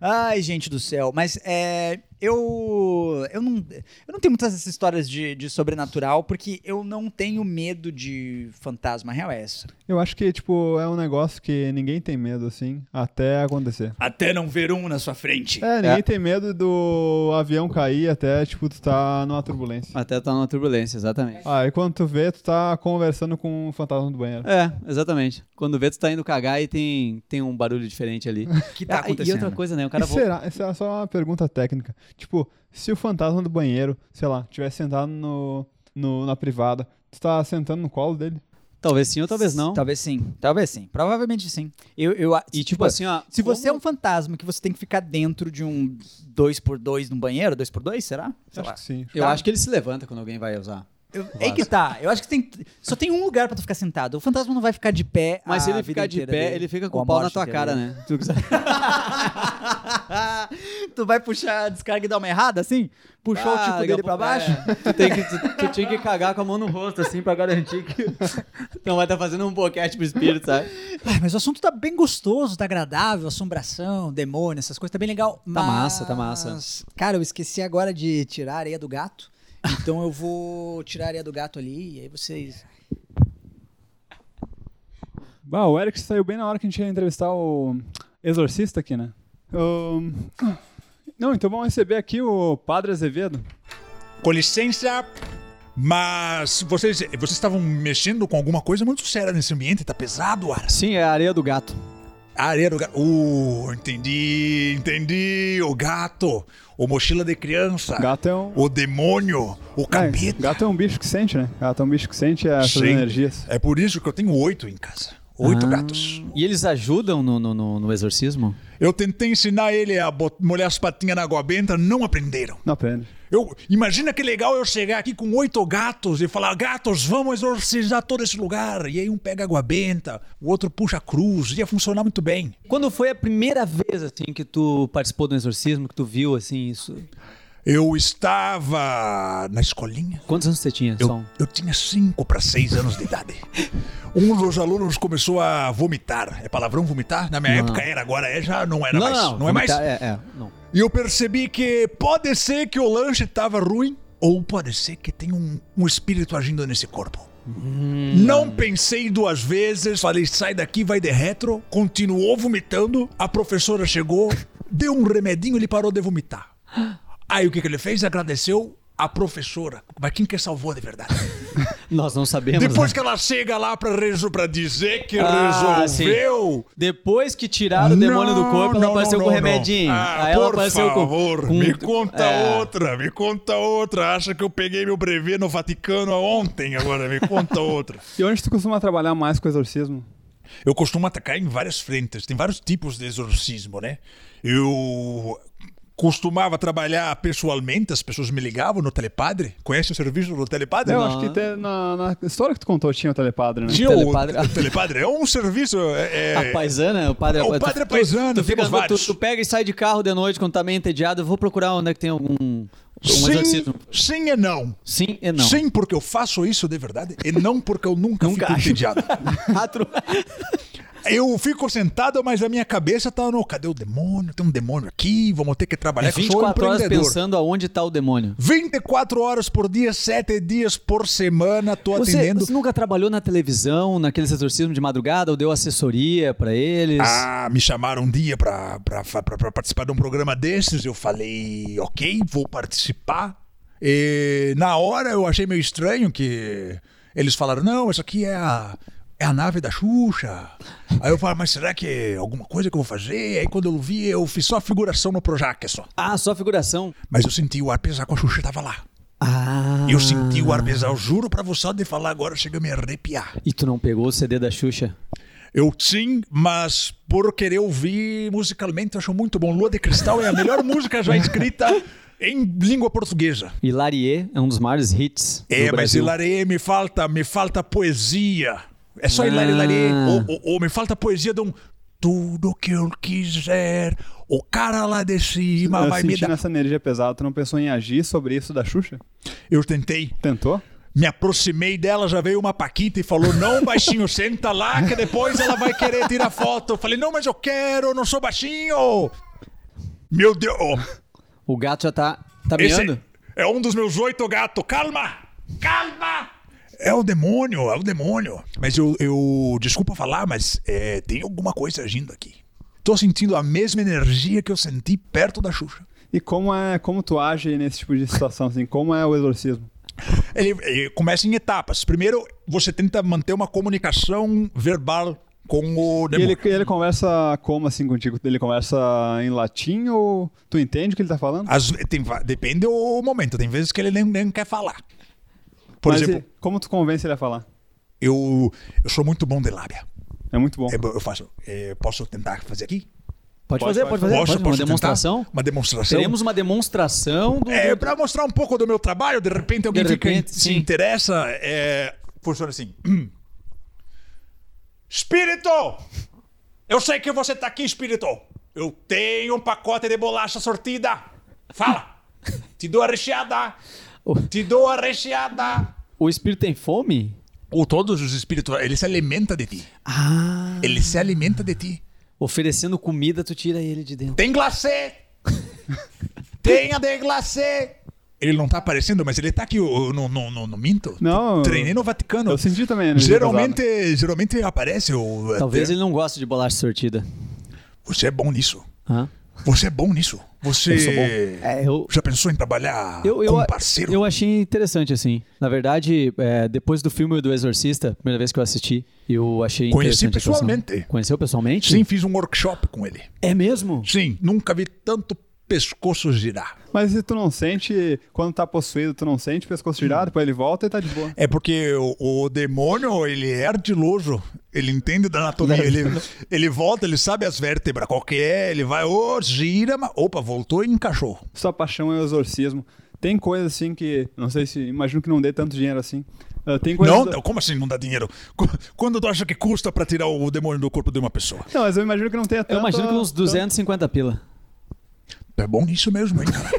Speaker 1: Ai, gente do céu. Mas é, eu, eu, não, eu não tenho muitas essas histórias de, de sobrenatural, porque eu não tenho medo de fantasma real é essa.
Speaker 2: Eu acho que, tipo, é um negócio que ninguém tem medo, assim, até acontecer.
Speaker 1: Até não ver um na sua frente.
Speaker 2: É, ninguém tem medo do avião cair até, tipo, tu tá numa turbulência.
Speaker 3: Até tá numa turbulência, exatamente.
Speaker 2: Ah, e quando tu vê, tu tá conversando com o fantasma do banheiro.
Speaker 3: É, exatamente. Quando vê, tu tá indo cagar e tem, tem um barulho diferente ali.
Speaker 1: Que tá
Speaker 3: Ah, E outra
Speaker 1: acontecendo.
Speaker 3: coisa, né? O
Speaker 2: E
Speaker 3: cara volta.
Speaker 2: será, essa é só uma pergunta técnica. Tipo, se o fantasma do banheiro, sei lá, tivesse sentado no, no- na privada, tu tá sentando no colo dele?
Speaker 3: é- Talvez sim ou talvez não.
Speaker 1: Talvez sim. Talvez sim. Provavelmente sim. Eu, eu, a-
Speaker 3: E tipo assim, ó.
Speaker 1: Se
Speaker 3: como-
Speaker 1: você é um fantasma que você tem que ficar dentro de um 2x2 num banheiro, 2x2, será? Sei
Speaker 2: Acho
Speaker 1: lá.
Speaker 2: que sim.
Speaker 3: Eu acho que ele se levanta quando alguém vai usar.
Speaker 1: Eu, aí que tá. Eu acho que tem, só tem um lugar pra tu ficar sentado. O fantasma não vai ficar de pé.
Speaker 3: Mas
Speaker 1: Ah, a
Speaker 3: se ele
Speaker 1: vida
Speaker 3: ficar de pé,
Speaker 1: inteira dele,
Speaker 3: ele fica
Speaker 1: ou
Speaker 3: com
Speaker 1: a
Speaker 3: o pau na
Speaker 1: morte
Speaker 3: tua
Speaker 1: inteira
Speaker 3: cara,
Speaker 1: dele.
Speaker 3: né? Tu-
Speaker 1: tu vai puxar a descarga e dar uma errada assim? Puxou
Speaker 3: Ah,
Speaker 1: o tipo
Speaker 3: daqui a
Speaker 1: dele pra
Speaker 3: pouco-
Speaker 1: baixo?
Speaker 3: é. Tu, tem que, tu, tu tinha que cagar com a mão no rosto, assim, pra garantir que. Não vai estar fazendo um boquete pro espírito, sabe?
Speaker 1: Ah, mas o assunto tá bem gostoso, tá agradável, assombração, demônio, essas coisas, tá bem legal.
Speaker 3: Tá massa, tá massa.
Speaker 1: mas, Cara, eu esqueci agora de tirar a areia do gato. Então eu vou tirar a areia do gato ali e aí vocês.
Speaker 2: Bah, o Eric saiu bem na hora que a gente ia entrevistar o exorcista aqui, né? Ahn, Não, então vamos receber aqui o Padre Azevedo.
Speaker 4: Com licença, mas vocês, vocês estavam mexendo com alguma coisa muito séria nesse ambiente, tá pesado, Aras.
Speaker 3: Sim, é a areia do gato.
Speaker 4: A areia do gato. Uh, entendi, entendi. O gato, o mochila de criança,
Speaker 2: Gato é um.
Speaker 4: o demônio, o
Speaker 2: É,
Speaker 4: capeta.
Speaker 2: gato é um bicho que sente, né? Gato é um bicho que sente essas
Speaker 4: Sim.
Speaker 2: energias. Ah.
Speaker 4: É por isso que eu tenho oito em casa.
Speaker 3: Ah.
Speaker 4: Oito gatos.
Speaker 3: E eles ajudam no, no, no, no exorcismo?
Speaker 4: Eu tentei ensinar ele a bot- molhar as patinhas na água benta, não aprenderam.
Speaker 2: Não aprende.
Speaker 4: Eu, imagina que legal eu chegar aqui com oito gatos e falar: gatos, vamos exorcizar todo esse lugar. E aí um pega água benta, o outro puxa a cruz. Ia funcionar muito bem.
Speaker 3: Quando foi a primeira vez, assim, que tu participou do exorcismo, que tu viu, assim, isso?
Speaker 4: Eu estava na escolinha.
Speaker 3: Quantos anos você tinha,
Speaker 4: Eu,
Speaker 3: Som?
Speaker 4: eu tinha cinco para seis anos de idade. Um dos alunos começou a vomitar. É palavrão vomitar? Na minha época era, agora é, já não era mais. Não, é mais.
Speaker 3: vomitar- É, é, não.
Speaker 4: E eu percebi que pode ser que o lanche estava ruim, ou pode ser que tem um, um espírito agindo nesse corpo.
Speaker 3: Hum.
Speaker 4: Não pensei duas vezes, falei, sai daqui, vai de retro. Continuou vomitando, a professora chegou, deu um remedinho e ele parou de vomitar. Aí o que, que ele fez? Agradeceu a professora. Mas quem que salvou de verdade?
Speaker 3: Nós não sabemos.
Speaker 4: Depois
Speaker 3: né?
Speaker 4: que ela chega lá pra, reso, pra dizer que
Speaker 3: Ah, sim.
Speaker 4: resolveu...
Speaker 3: Depois que tiraram o demônio do
Speaker 4: Não,
Speaker 3: corpo, ela
Speaker 4: não,
Speaker 3: apareceu
Speaker 4: não,
Speaker 3: com um
Speaker 4: não,
Speaker 3: remedinho.
Speaker 4: não. Ah,
Speaker 3: Aí ela
Speaker 4: por
Speaker 3: apareceu com-
Speaker 4: favor,
Speaker 3: com.
Speaker 4: me conta
Speaker 3: é.
Speaker 4: outra, me conta outra. Acha que eu peguei meu brevet no Vaticano ontem, agora me conta outra.
Speaker 2: E onde tu costuma trabalhar mais com exorcismo?
Speaker 4: Eu costumo atacar em várias frentes, tem vários tipos de exorcismo, né? Eu costumava trabalhar pessoalmente, as pessoas me ligavam no Telepadre. Conhece o serviço do Telepadre?
Speaker 2: É, Eu acho que até na, na história que tu contou tinha o telepadre, né?
Speaker 4: Tinha
Speaker 3: Telepadre.
Speaker 4: O, o Telepadre é um serviço... É,
Speaker 3: A paisana, o padre,
Speaker 4: O
Speaker 3: tu-
Speaker 4: padre é
Speaker 3: tu-
Speaker 4: paisano,
Speaker 3: tu, fica,
Speaker 4: temos
Speaker 3: tu,
Speaker 4: vários.
Speaker 3: tu pega e sai de carro de noite quando tá meio entediado. Eu vou procurar onde é que tem algum um
Speaker 4: sim,
Speaker 3: exorcismo.
Speaker 4: sim e não.
Speaker 3: Sim e não.
Speaker 4: Sim, porque eu faço isso de verdade e não porque eu nunca,
Speaker 3: Nunca
Speaker 4: fico
Speaker 3: acho.
Speaker 4: entediado.
Speaker 3: Ah, tru-
Speaker 4: Eu fico sentado, mas a minha cabeça tá no. Cadê o demônio? Tem um demônio aqui, vamos ter que trabalhar.
Speaker 3: É
Speaker 4: que eu sou um
Speaker 3: 24 horas
Speaker 4: empreendedor.
Speaker 3: pensando aonde tá o demônio.
Speaker 4: 24 horas por dia, 7 dias por semana, tô
Speaker 3: Você,
Speaker 4: atendendo.
Speaker 3: você nunca trabalhou na televisão, naqueles exorcismos de madrugada, ou deu assessoria pra eles?
Speaker 4: Ah, me chamaram um dia pra, pra, pra, pra participar de um programa desses. Eu falei, ok, vou participar. E na hora eu achei meio estranho que eles falaram: não, isso aqui é a, é a nave da Xuxa. Aí eu falei, mas será que é alguma coisa que eu vou fazer? Aí quando eu vi, eu fiz só a figuração no Projac é só.
Speaker 3: Ah, só figuração.
Speaker 4: Mas eu senti o ar pesar com a Xuxa tava lá.
Speaker 3: Ah.
Speaker 4: Eu senti o ar pesar, eu juro pra você, só de falar agora chega a me arrepiar.
Speaker 3: E tu não pegou o CD da Xuxa?
Speaker 4: Eu sim, mas por querer ouvir musicalmente, eu acho muito bom. Lua de Cristal é a melhor música já escrita em língua portuguesa.
Speaker 3: Hilarie é um dos maiores hits.
Speaker 4: É,
Speaker 3: do
Speaker 4: mas
Speaker 3: Brasil.
Speaker 4: Hilarie me falta, me falta poesia. É só
Speaker 3: Ah.
Speaker 4: Hilarie, Hilarie. Ou, ou- ou me falta poesia de um... Tudo que eu quiser, o cara lá de cima
Speaker 2: Eu
Speaker 4: vai me
Speaker 2: sentindo
Speaker 4: dar...
Speaker 2: essa energia pesada, tu não pensou em agir sobre isso da Xuxa?
Speaker 4: Eu tentei,
Speaker 2: Tentou?
Speaker 4: me aproximei dela, já veio uma paquita e falou, não, baixinho, senta lá que depois ela vai querer tirar foto. Eu falei, não, mas eu quero, eu não sou baixinho. Meu Deus, ó,
Speaker 3: O gato já tá. Tá
Speaker 4: Esse
Speaker 3: miando?
Speaker 4: é um dos meus oito gatos. Calma! Calma! É o demônio, é o demônio. Mas eu, eu desculpa falar, mas é, tem alguma coisa agindo aqui. Tô sentindo a mesma energia que eu senti perto da Xuxa.
Speaker 2: E como é como tu age nesse tipo de situação, assim? Como é o exorcismo?
Speaker 4: Ele, ele começa em etapas. Primeiro, você tenta manter uma comunicação verbal com o
Speaker 2: E ele,
Speaker 4: demônio.
Speaker 2: ele conversa como assim contigo? Ele conversa em latim ou tu entende o que ele tá falando?
Speaker 4: Às ve- tem va- depende do momento. Tem vezes que ele nem, nem quer falar. Por
Speaker 2: Mas
Speaker 4: exemplo,
Speaker 2: e- como tu convence ele a falar?
Speaker 4: Eu, eu sou muito bom de lábia.
Speaker 2: É muito bom.
Speaker 4: É, Eu, faço. é, posso tentar fazer aqui?
Speaker 3: Pode,
Speaker 2: Pode,
Speaker 3: fazer, pode
Speaker 2: pode.
Speaker 3: fazer.
Speaker 4: posso,
Speaker 3: pode,
Speaker 4: posso
Speaker 3: uma
Speaker 4: tentar?
Speaker 3: demonstração.
Speaker 4: Uma demonstração.
Speaker 3: Teremos uma demonstração do.
Speaker 4: É,
Speaker 3: do-
Speaker 4: pra mostrar um pouco do meu trabalho, de repente alguém
Speaker 3: De
Speaker 4: fica-
Speaker 3: repente,
Speaker 4: se
Speaker 3: sim.
Speaker 4: interessa, é, funciona assim. Espírito! Eu sei que você tá aqui, Espírito. Eu tenho um pacote de bolacha sortida. Fala! Te dou a recheada. Te dou a recheada.
Speaker 3: O espírito tem fome?
Speaker 4: Ou todos os espíritos, ele se alimenta de ti.
Speaker 3: Ah.
Speaker 4: Ele se alimenta de ti.
Speaker 3: Oferecendo comida, tu tira ele de dentro.
Speaker 4: Tem glacê! Tenha de glacê! Ele não tá aparecendo, mas ele tá aqui, eu não, não, não, não minto.
Speaker 2: Não,
Speaker 4: Treinei no Vaticano.
Speaker 2: eu senti também, né,
Speaker 4: Geralmente, geralmente aparece o. é,
Speaker 3: Talvez ele não goste de bolacha sortida.
Speaker 4: Você é bom nisso.
Speaker 3: Hã?
Speaker 4: Você é bom nisso. Você.
Speaker 3: Eu sou bom. É, eu-
Speaker 4: Já pensou em trabalhar
Speaker 3: Eu, eu,
Speaker 4: com um parceiro?
Speaker 3: eu achei interessante, assim. Na verdade, é, depois do filme do Exorcista, primeira vez que eu assisti, eu achei
Speaker 4: Conheci
Speaker 3: interessante a atuação.
Speaker 4: pessoalmente.
Speaker 3: Conheceu pessoalmente?
Speaker 4: Sim, fiz um workshop com ele.
Speaker 3: É mesmo?
Speaker 4: Sim, nunca vi tanto pescoço girar.
Speaker 2: Mas se tu não sente, quando tá possuído, tu não sente o pescoço girado, depois ele volta e tá de boa.
Speaker 4: É porque o, o demônio, ele é ardiloso. Ele entende da anatomia. Ele, ele volta, ele sabe as vértebras, qual que é. Ele vai, ô, gira, mas, opa, voltou e encaixou.
Speaker 2: Sua paixão é o exorcismo. Tem coisa assim que, não sei se, imagino que não dê tanto dinheiro assim. Ah, tem coisa
Speaker 4: Não,
Speaker 2: do-
Speaker 4: como assim não dá dinheiro? Qu- Quando tu acha que custa pra tirar o demônio do corpo de uma pessoa?
Speaker 2: Não, mas eu imagino que não tenha tanto.
Speaker 3: Eu imagino que
Speaker 4: tá-
Speaker 3: uns 250 pila.
Speaker 4: É bom nisso mesmo, hein, cara?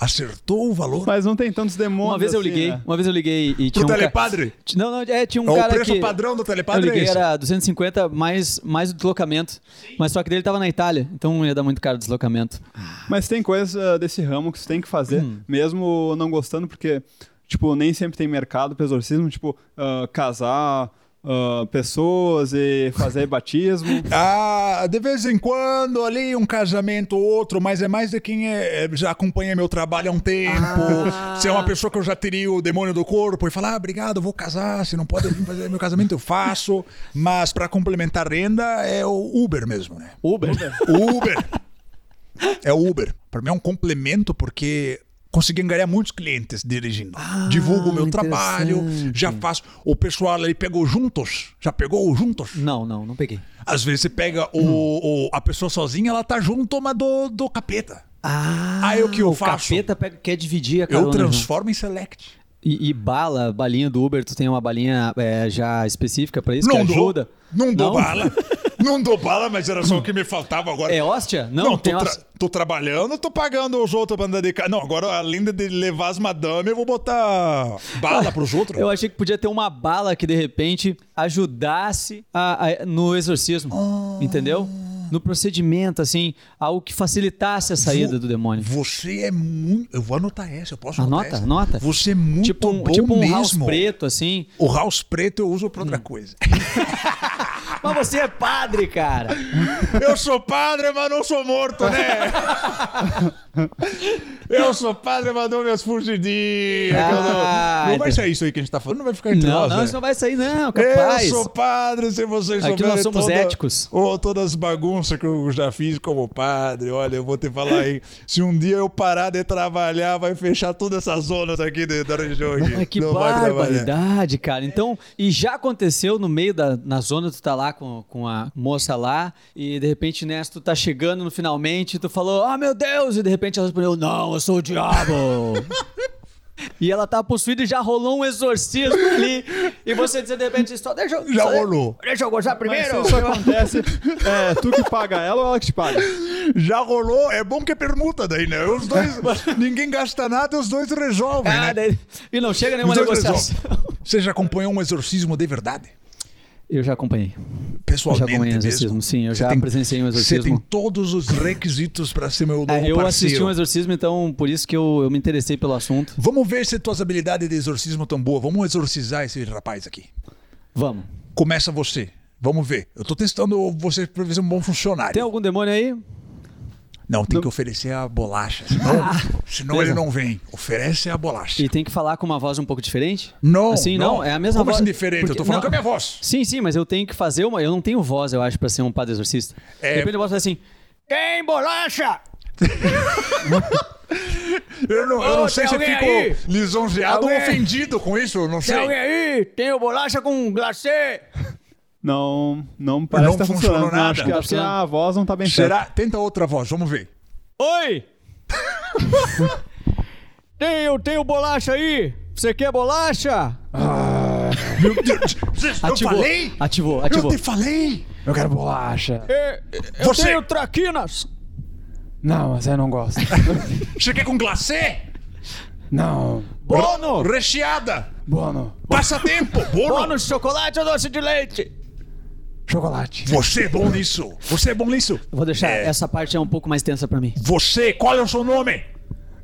Speaker 4: Acertou o valor.
Speaker 2: Mas não tem tantos demônios.
Speaker 3: Uma vez eu
Speaker 2: assim,
Speaker 3: liguei,
Speaker 2: né?
Speaker 3: uma vez eu liguei e
Speaker 4: é. Pro
Speaker 3: tinha um ca-
Speaker 4: telepadre?
Speaker 3: Ti- Não, não, é, tinha um
Speaker 4: É o
Speaker 3: cara
Speaker 4: preço
Speaker 3: que...
Speaker 4: padrão do
Speaker 3: Eu
Speaker 4: telepadre é
Speaker 3: liguei,
Speaker 4: esse.
Speaker 3: era 250 mais, mais o deslocamento. Mas só que dele tava na Itália, então ia dar muito caro o deslocamento.
Speaker 2: Mas tem coisas ah, desse ramo que você tem que fazer,
Speaker 4: Hum.
Speaker 2: mesmo não gostando, porque, tipo, nem sempre tem mercado pro exorcismo, tipo, ah, casar ah, pessoas e fazer batismo.
Speaker 4: Ah, de vez em quando ali um casamento ou outro, mas é mais de quem é, é, já acompanha meu trabalho há um tempo. Se é uma pessoa que eu já teria o demônio do corpo e falar, ah, obrigado, vou casar, se não pode vir fazer meu casamento, eu faço. Mas pra complementar a renda é o Uber mesmo, né?
Speaker 3: Uber.
Speaker 4: O Uber. É o Uber. Pra mim é um complemento porque consegui angariar muitos clientes dirigindo. Divulgo o meu trabalho, já faço. O pessoal ali pegou juntos, já pegou o juntos.
Speaker 3: Não, não, não peguei.
Speaker 4: Às vezes você pega o, o- a pessoa sozinha, ela tá junto, mas do, do capeta.
Speaker 3: Ah,
Speaker 4: Aí o que eu
Speaker 3: o
Speaker 4: faço?
Speaker 3: capeta pega- quer dividir a carona.
Speaker 4: Eu
Speaker 3: junto.
Speaker 4: transformo em select.
Speaker 3: E, e bala, balinha do Uber, tu tem uma balinha é, já específica pra isso que ajuda?
Speaker 4: Dou, não dou bala. não dou bala, mas era só o que me faltava agora.
Speaker 3: É hóstia? Não,
Speaker 4: Não, tô,
Speaker 3: tem
Speaker 4: tra-
Speaker 3: hóstia.
Speaker 4: tô trabalhando, tô pagando os outros pra andar de carro. Não, agora além de levar as madame, eu vou botar bala pros outros.
Speaker 3: Eu achei que podia ter uma bala que de repente ajudasse a- a- no exorcismo,
Speaker 4: Ah.
Speaker 3: entendeu? No procedimento, assim, algo que facilitasse é a saída
Speaker 4: Vo-
Speaker 3: do demônio.
Speaker 4: Você é muito. Eu vou anotar essa, eu posso
Speaker 3: Anota,
Speaker 4: anotar. essa.
Speaker 3: anota.
Speaker 4: Você é muito
Speaker 3: tipo um,
Speaker 4: bom
Speaker 3: tipo um
Speaker 4: mesmo.
Speaker 3: house preto, Hum. assim.
Speaker 4: O house preto eu uso pra outra coisa.
Speaker 3: Mas você é padre, cara.
Speaker 4: Eu sou padre, mas não sou morto, né? Eu sou padre, mas não minhas fugidinhas. que eu
Speaker 3: Ah,
Speaker 4: não não vai
Speaker 3: então.
Speaker 4: sair isso aí que a gente tá falando, não vai ficar entre
Speaker 3: Não,
Speaker 4: nós,
Speaker 3: não,
Speaker 4: né?
Speaker 3: isso não vai sair, não,
Speaker 4: Eu
Speaker 3: capaz.
Speaker 4: sou padre, se vocês
Speaker 3: Aqui
Speaker 4: souberem
Speaker 3: nós somos
Speaker 4: toda-
Speaker 3: éticos.
Speaker 4: Ou todas as bagunças que eu já fiz como padre. Olha, eu vou te falar aí. se um dia eu parar de trabalhar, vai fechar todas essas zonas aqui de- da região. Aqui.
Speaker 3: Mas que
Speaker 4: não vai trabalhar.
Speaker 3: barbaridade, cara. Então, e já aconteceu no meio da na zona, tu tá lá com, com a moça lá, e de repente, né, tu tá chegando no finalmente, tu falou, ah, meu Deus, e de repente ela respondeu, não, eu sou o diabo. E ela tá possuída e já rolou um exorcismo ali. E você dizer de repente, só deixa eu.
Speaker 4: Já
Speaker 3: só-
Speaker 4: rolou.
Speaker 3: Deixa eu gozar
Speaker 2: Mas
Speaker 3: primeiro.
Speaker 2: se isso acontece, é tu que paga ela ou ela que te paga?
Speaker 4: Já rolou, é bom que é permuta daí, né? Os dois, ninguém gasta nada, os dois resolvem,
Speaker 3: Ah,
Speaker 4: né?
Speaker 3: daí- e não chega nenhuma
Speaker 4: Os dois
Speaker 3: negociação.
Speaker 4: resolvem. Você já acompanhou um exorcismo de verdade?
Speaker 3: Eu já acompanhei. Eu já
Speaker 4: Pessoalmente
Speaker 3: acompanhei um exorcismo,
Speaker 4: mesmo?
Speaker 3: sim. Eu
Speaker 4: Você
Speaker 3: já
Speaker 4: tem-
Speaker 3: presenciei um
Speaker 4: Você tem
Speaker 3: exorcismo.
Speaker 4: todos os requisitos pra ser meu novo
Speaker 3: É, eu
Speaker 4: parceiro.
Speaker 3: assisti um exorcismo, então por isso que eu, eu me interessei pelo assunto.
Speaker 4: Vamos ver se tuas habilidades de exorcismo tão boas. Vamos exorcizar esse rapaz aqui.
Speaker 3: Vamos.
Speaker 4: Começa você. Vamos ver. Eu tô testando você pra ver se é um bom funcionário.
Speaker 3: Tem algum demônio aí?
Speaker 4: Não, tem que oferecer a bolacha. Senão, senão ele não vem. Oferece a bolacha.
Speaker 3: Ah, E tem que falar com uma voz um pouco diferente?
Speaker 4: Não,
Speaker 3: Assim, não, é a mesma
Speaker 4: Como
Speaker 3: voz.
Speaker 4: assim diferente? eu tô falando
Speaker 3: não-
Speaker 4: com a minha voz.
Speaker 3: Sim, sim, mas eu tenho que fazer uma. Eu não tenho voz, eu acho, pra ser um padre exorcista.
Speaker 4: É.
Speaker 3: De repente eu posso falar assim: Quem bolacha?
Speaker 4: Eu não, eu
Speaker 5: Ô,
Speaker 4: não sei
Speaker 5: tem
Speaker 4: se eu
Speaker 5: alguém
Speaker 4: fico
Speaker 5: aí?
Speaker 4: lisonjeado ou
Speaker 5: Alguém?
Speaker 4: ofendido com isso, eu não
Speaker 5: Tem alguém
Speaker 4: sei.
Speaker 5: aí? Tem o bolacha
Speaker 3: um
Speaker 5: com glacê?
Speaker 2: Não, não parece
Speaker 4: Não
Speaker 2: que tá
Speaker 4: funcionou
Speaker 2: funcionando.
Speaker 4: nada.
Speaker 2: Acho que,
Speaker 4: Não tá
Speaker 2: acho que a voz não tá bem certa.
Speaker 4: Será? Tenta outra voz, vamos ver.
Speaker 5: Oi! tem, eu tenho bolacha aí? Você quer bolacha?
Speaker 4: Meu Deus, vocês- eu
Speaker 3: Ativou,
Speaker 4: falei?
Speaker 3: ativou,
Speaker 4: Eu
Speaker 3: ativou.
Speaker 4: te falei!
Speaker 6: Eu quero bolacha.
Speaker 5: É, eu
Speaker 4: Você-
Speaker 5: tenho traquinas!
Speaker 6: Não, mas eu não gosto.
Speaker 4: Você quer com glacê?
Speaker 6: Não.
Speaker 4: Bono! Recheada!
Speaker 6: Bono.
Speaker 4: Passatempo! Bono!
Speaker 5: Bônus de chocolate ou doce de leite?
Speaker 6: Chocolate.
Speaker 4: Você é bom nisso! Você é bom nisso!
Speaker 3: Eu Vou deixar
Speaker 4: É.
Speaker 3: essa parte é um pouco mais tensa pra mim.
Speaker 4: Você, qual é o seu nome?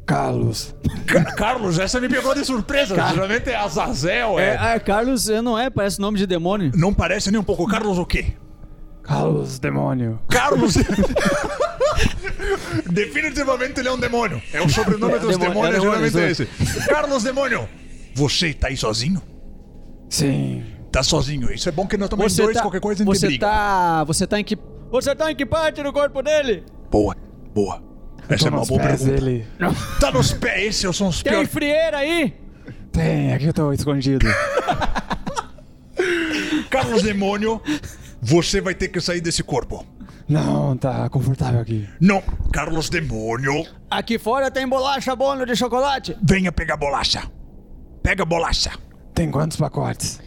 Speaker 6: Carlos.
Speaker 4: Ca- Carlos, essa me pegou de surpresa. Geralmente é Azazel, é.
Speaker 3: Ah, Carlos eh, não é, parece nome de demônio.
Speaker 4: Não parece nem um pouco. Carlos o quê?
Speaker 6: Carlos, demônio.
Speaker 4: Carlos. Definitivamente ele é um demônio. É o sobrenome dos
Speaker 3: demônio,
Speaker 4: demônios,
Speaker 3: é demônio,
Speaker 4: geralmente é esse. Carlos Demônio, você tá aí sozinho?
Speaker 6: Sim.
Speaker 4: Tá sozinho. Isso é bom que nós tomamos dois, qualquer coisa a gente
Speaker 3: você
Speaker 4: briga.
Speaker 3: tá, você tá em que
Speaker 5: Você tá em que parte do corpo dele?
Speaker 4: Boa, boa. Essa é uma
Speaker 6: nos
Speaker 4: boa
Speaker 6: pés
Speaker 4: pergunta.
Speaker 6: dele.
Speaker 4: Tá nos pés, esses são os
Speaker 5: Tem
Speaker 4: piores.
Speaker 5: frieira aí?
Speaker 6: Tem, aqui eu tô escondido.
Speaker 4: Carlos Demônio, você vai ter que sair desse corpo.
Speaker 6: Não, tá confortável aqui.
Speaker 4: Não, Carlos Demônio,
Speaker 5: Aqui fora tem bolacha bônus de chocolate.
Speaker 4: venha pegar bolacha. Pega bolacha.
Speaker 6: Tem quantos pacotes?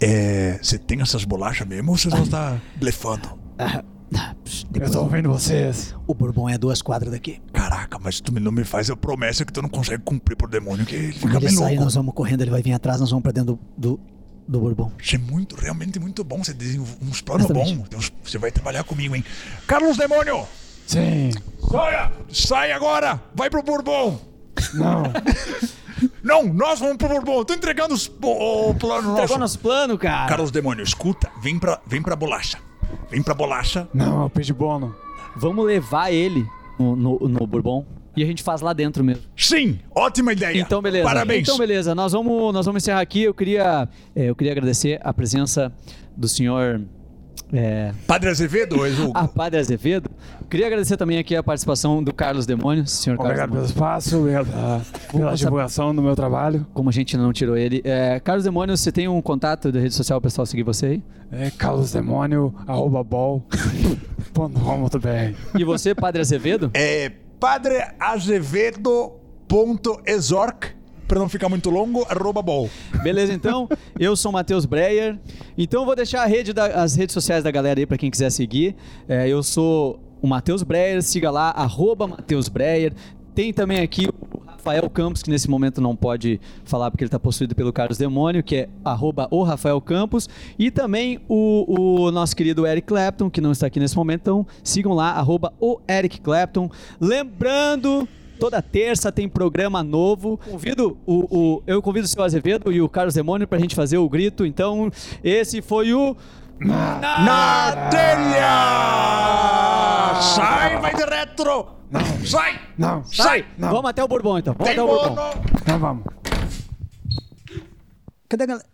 Speaker 4: É. Você tem essas bolachas mesmo ou você só tá blefando?
Speaker 6: Eu tô ouvindo vocês.
Speaker 3: o Bourbon é a duas quadras daqui.
Speaker 4: Caraca, mas tu não me faz a promessa que tu não consegue cumprir pro demônio, que ele fica
Speaker 3: Quando ele
Speaker 4: Tá bem
Speaker 3: sair,
Speaker 4: louco.
Speaker 3: nós vamos correndo, ele vai vir atrás, nós vamos pra dentro do, do, do Bourbon.
Speaker 4: Você é muito, realmente muito bom. Você tem uns planos
Speaker 3: Exatamente.
Speaker 4: bons. Tem uns- Você vai trabalhar comigo, hein? Carlos Demônio!
Speaker 6: Sim.
Speaker 4: Saia! Sai agora! Vai pro Bourbon!
Speaker 6: Não.
Speaker 4: Não, nós vamos pro Bourbon! Tô entregando os, o, o plano
Speaker 3: Pegou
Speaker 4: nosso.
Speaker 3: nosso plano, cara.
Speaker 4: Carlos Demônio, escuta, vem pra, vem pra bolacha. Vem pra bolacha.
Speaker 6: Não, eu pedi bono.
Speaker 3: Vamos levar ele no, no, no Bourbon e a gente faz lá dentro mesmo.
Speaker 4: Sim, ótima ideia.
Speaker 3: Então, beleza.
Speaker 4: Parabéns.
Speaker 3: Então, beleza. Nós vamos, nós vamos encerrar aqui. Eu queria, eh, eu queria agradecer a presença do senhor. eh,
Speaker 4: Padre Azevedo, é o-
Speaker 3: a Padre Azevedo. Queria agradecer também aqui a participação do Carlos Demônio, senhor Carlos
Speaker 6: Obrigado
Speaker 3: Demônio.
Speaker 6: pelo espaço, obrigado pela, pela
Speaker 3: passar-
Speaker 6: divulgação do meu trabalho.
Speaker 3: Como a gente não tirou ele. Eh, Carlos Demônio, você tem um contato da rede social, o pessoal seguir você aí?
Speaker 6: É carlosdemônio.com.br.
Speaker 3: E você, Padre Azevedo?
Speaker 4: é padreazevedo.exorc, pra não ficar muito longo, arroba bol.
Speaker 3: Beleza, então? Eu sou o Matheus Breyer. Então eu vou deixar a rede da- as redes sociais da galera aí pra quem quiser seguir. É, eu sou o Matheus Breyer, siga lá, arroba Matheus Breyer. Tem também aqui o Rafael Campos, que nesse momento não pode falar porque ele tá possuído pelo Carlos Demônio, que é arroba o Rafael Campos. E também o, o nosso querido Eric Clapton, que não está aqui nesse momento. Então sigam lá, arroba o Eric Clapton. Lembrando Toda terça tem programa novo. Convido o, o- eu convido o seu Azevedo e o Carlos Demônio pra gente fazer o grito. Então, esse foi o
Speaker 4: Na telha! Sai, vai de retro! Sai!
Speaker 6: Não,
Speaker 4: Sai!
Speaker 6: não,
Speaker 3: Vamos até o Bourbon então. Vamos
Speaker 4: Tem
Speaker 3: até o Bourbon.
Speaker 4: bono!
Speaker 6: não vamos.
Speaker 1: Cadê a galera?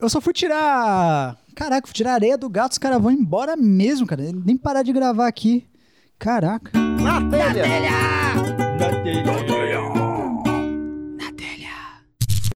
Speaker 1: Eu só fui tirar. Caraca, fui tirar a areia do gato, os caras vão embora mesmo, cara. Nem parar de gravar aqui. Caraca.
Speaker 4: Não, não, não.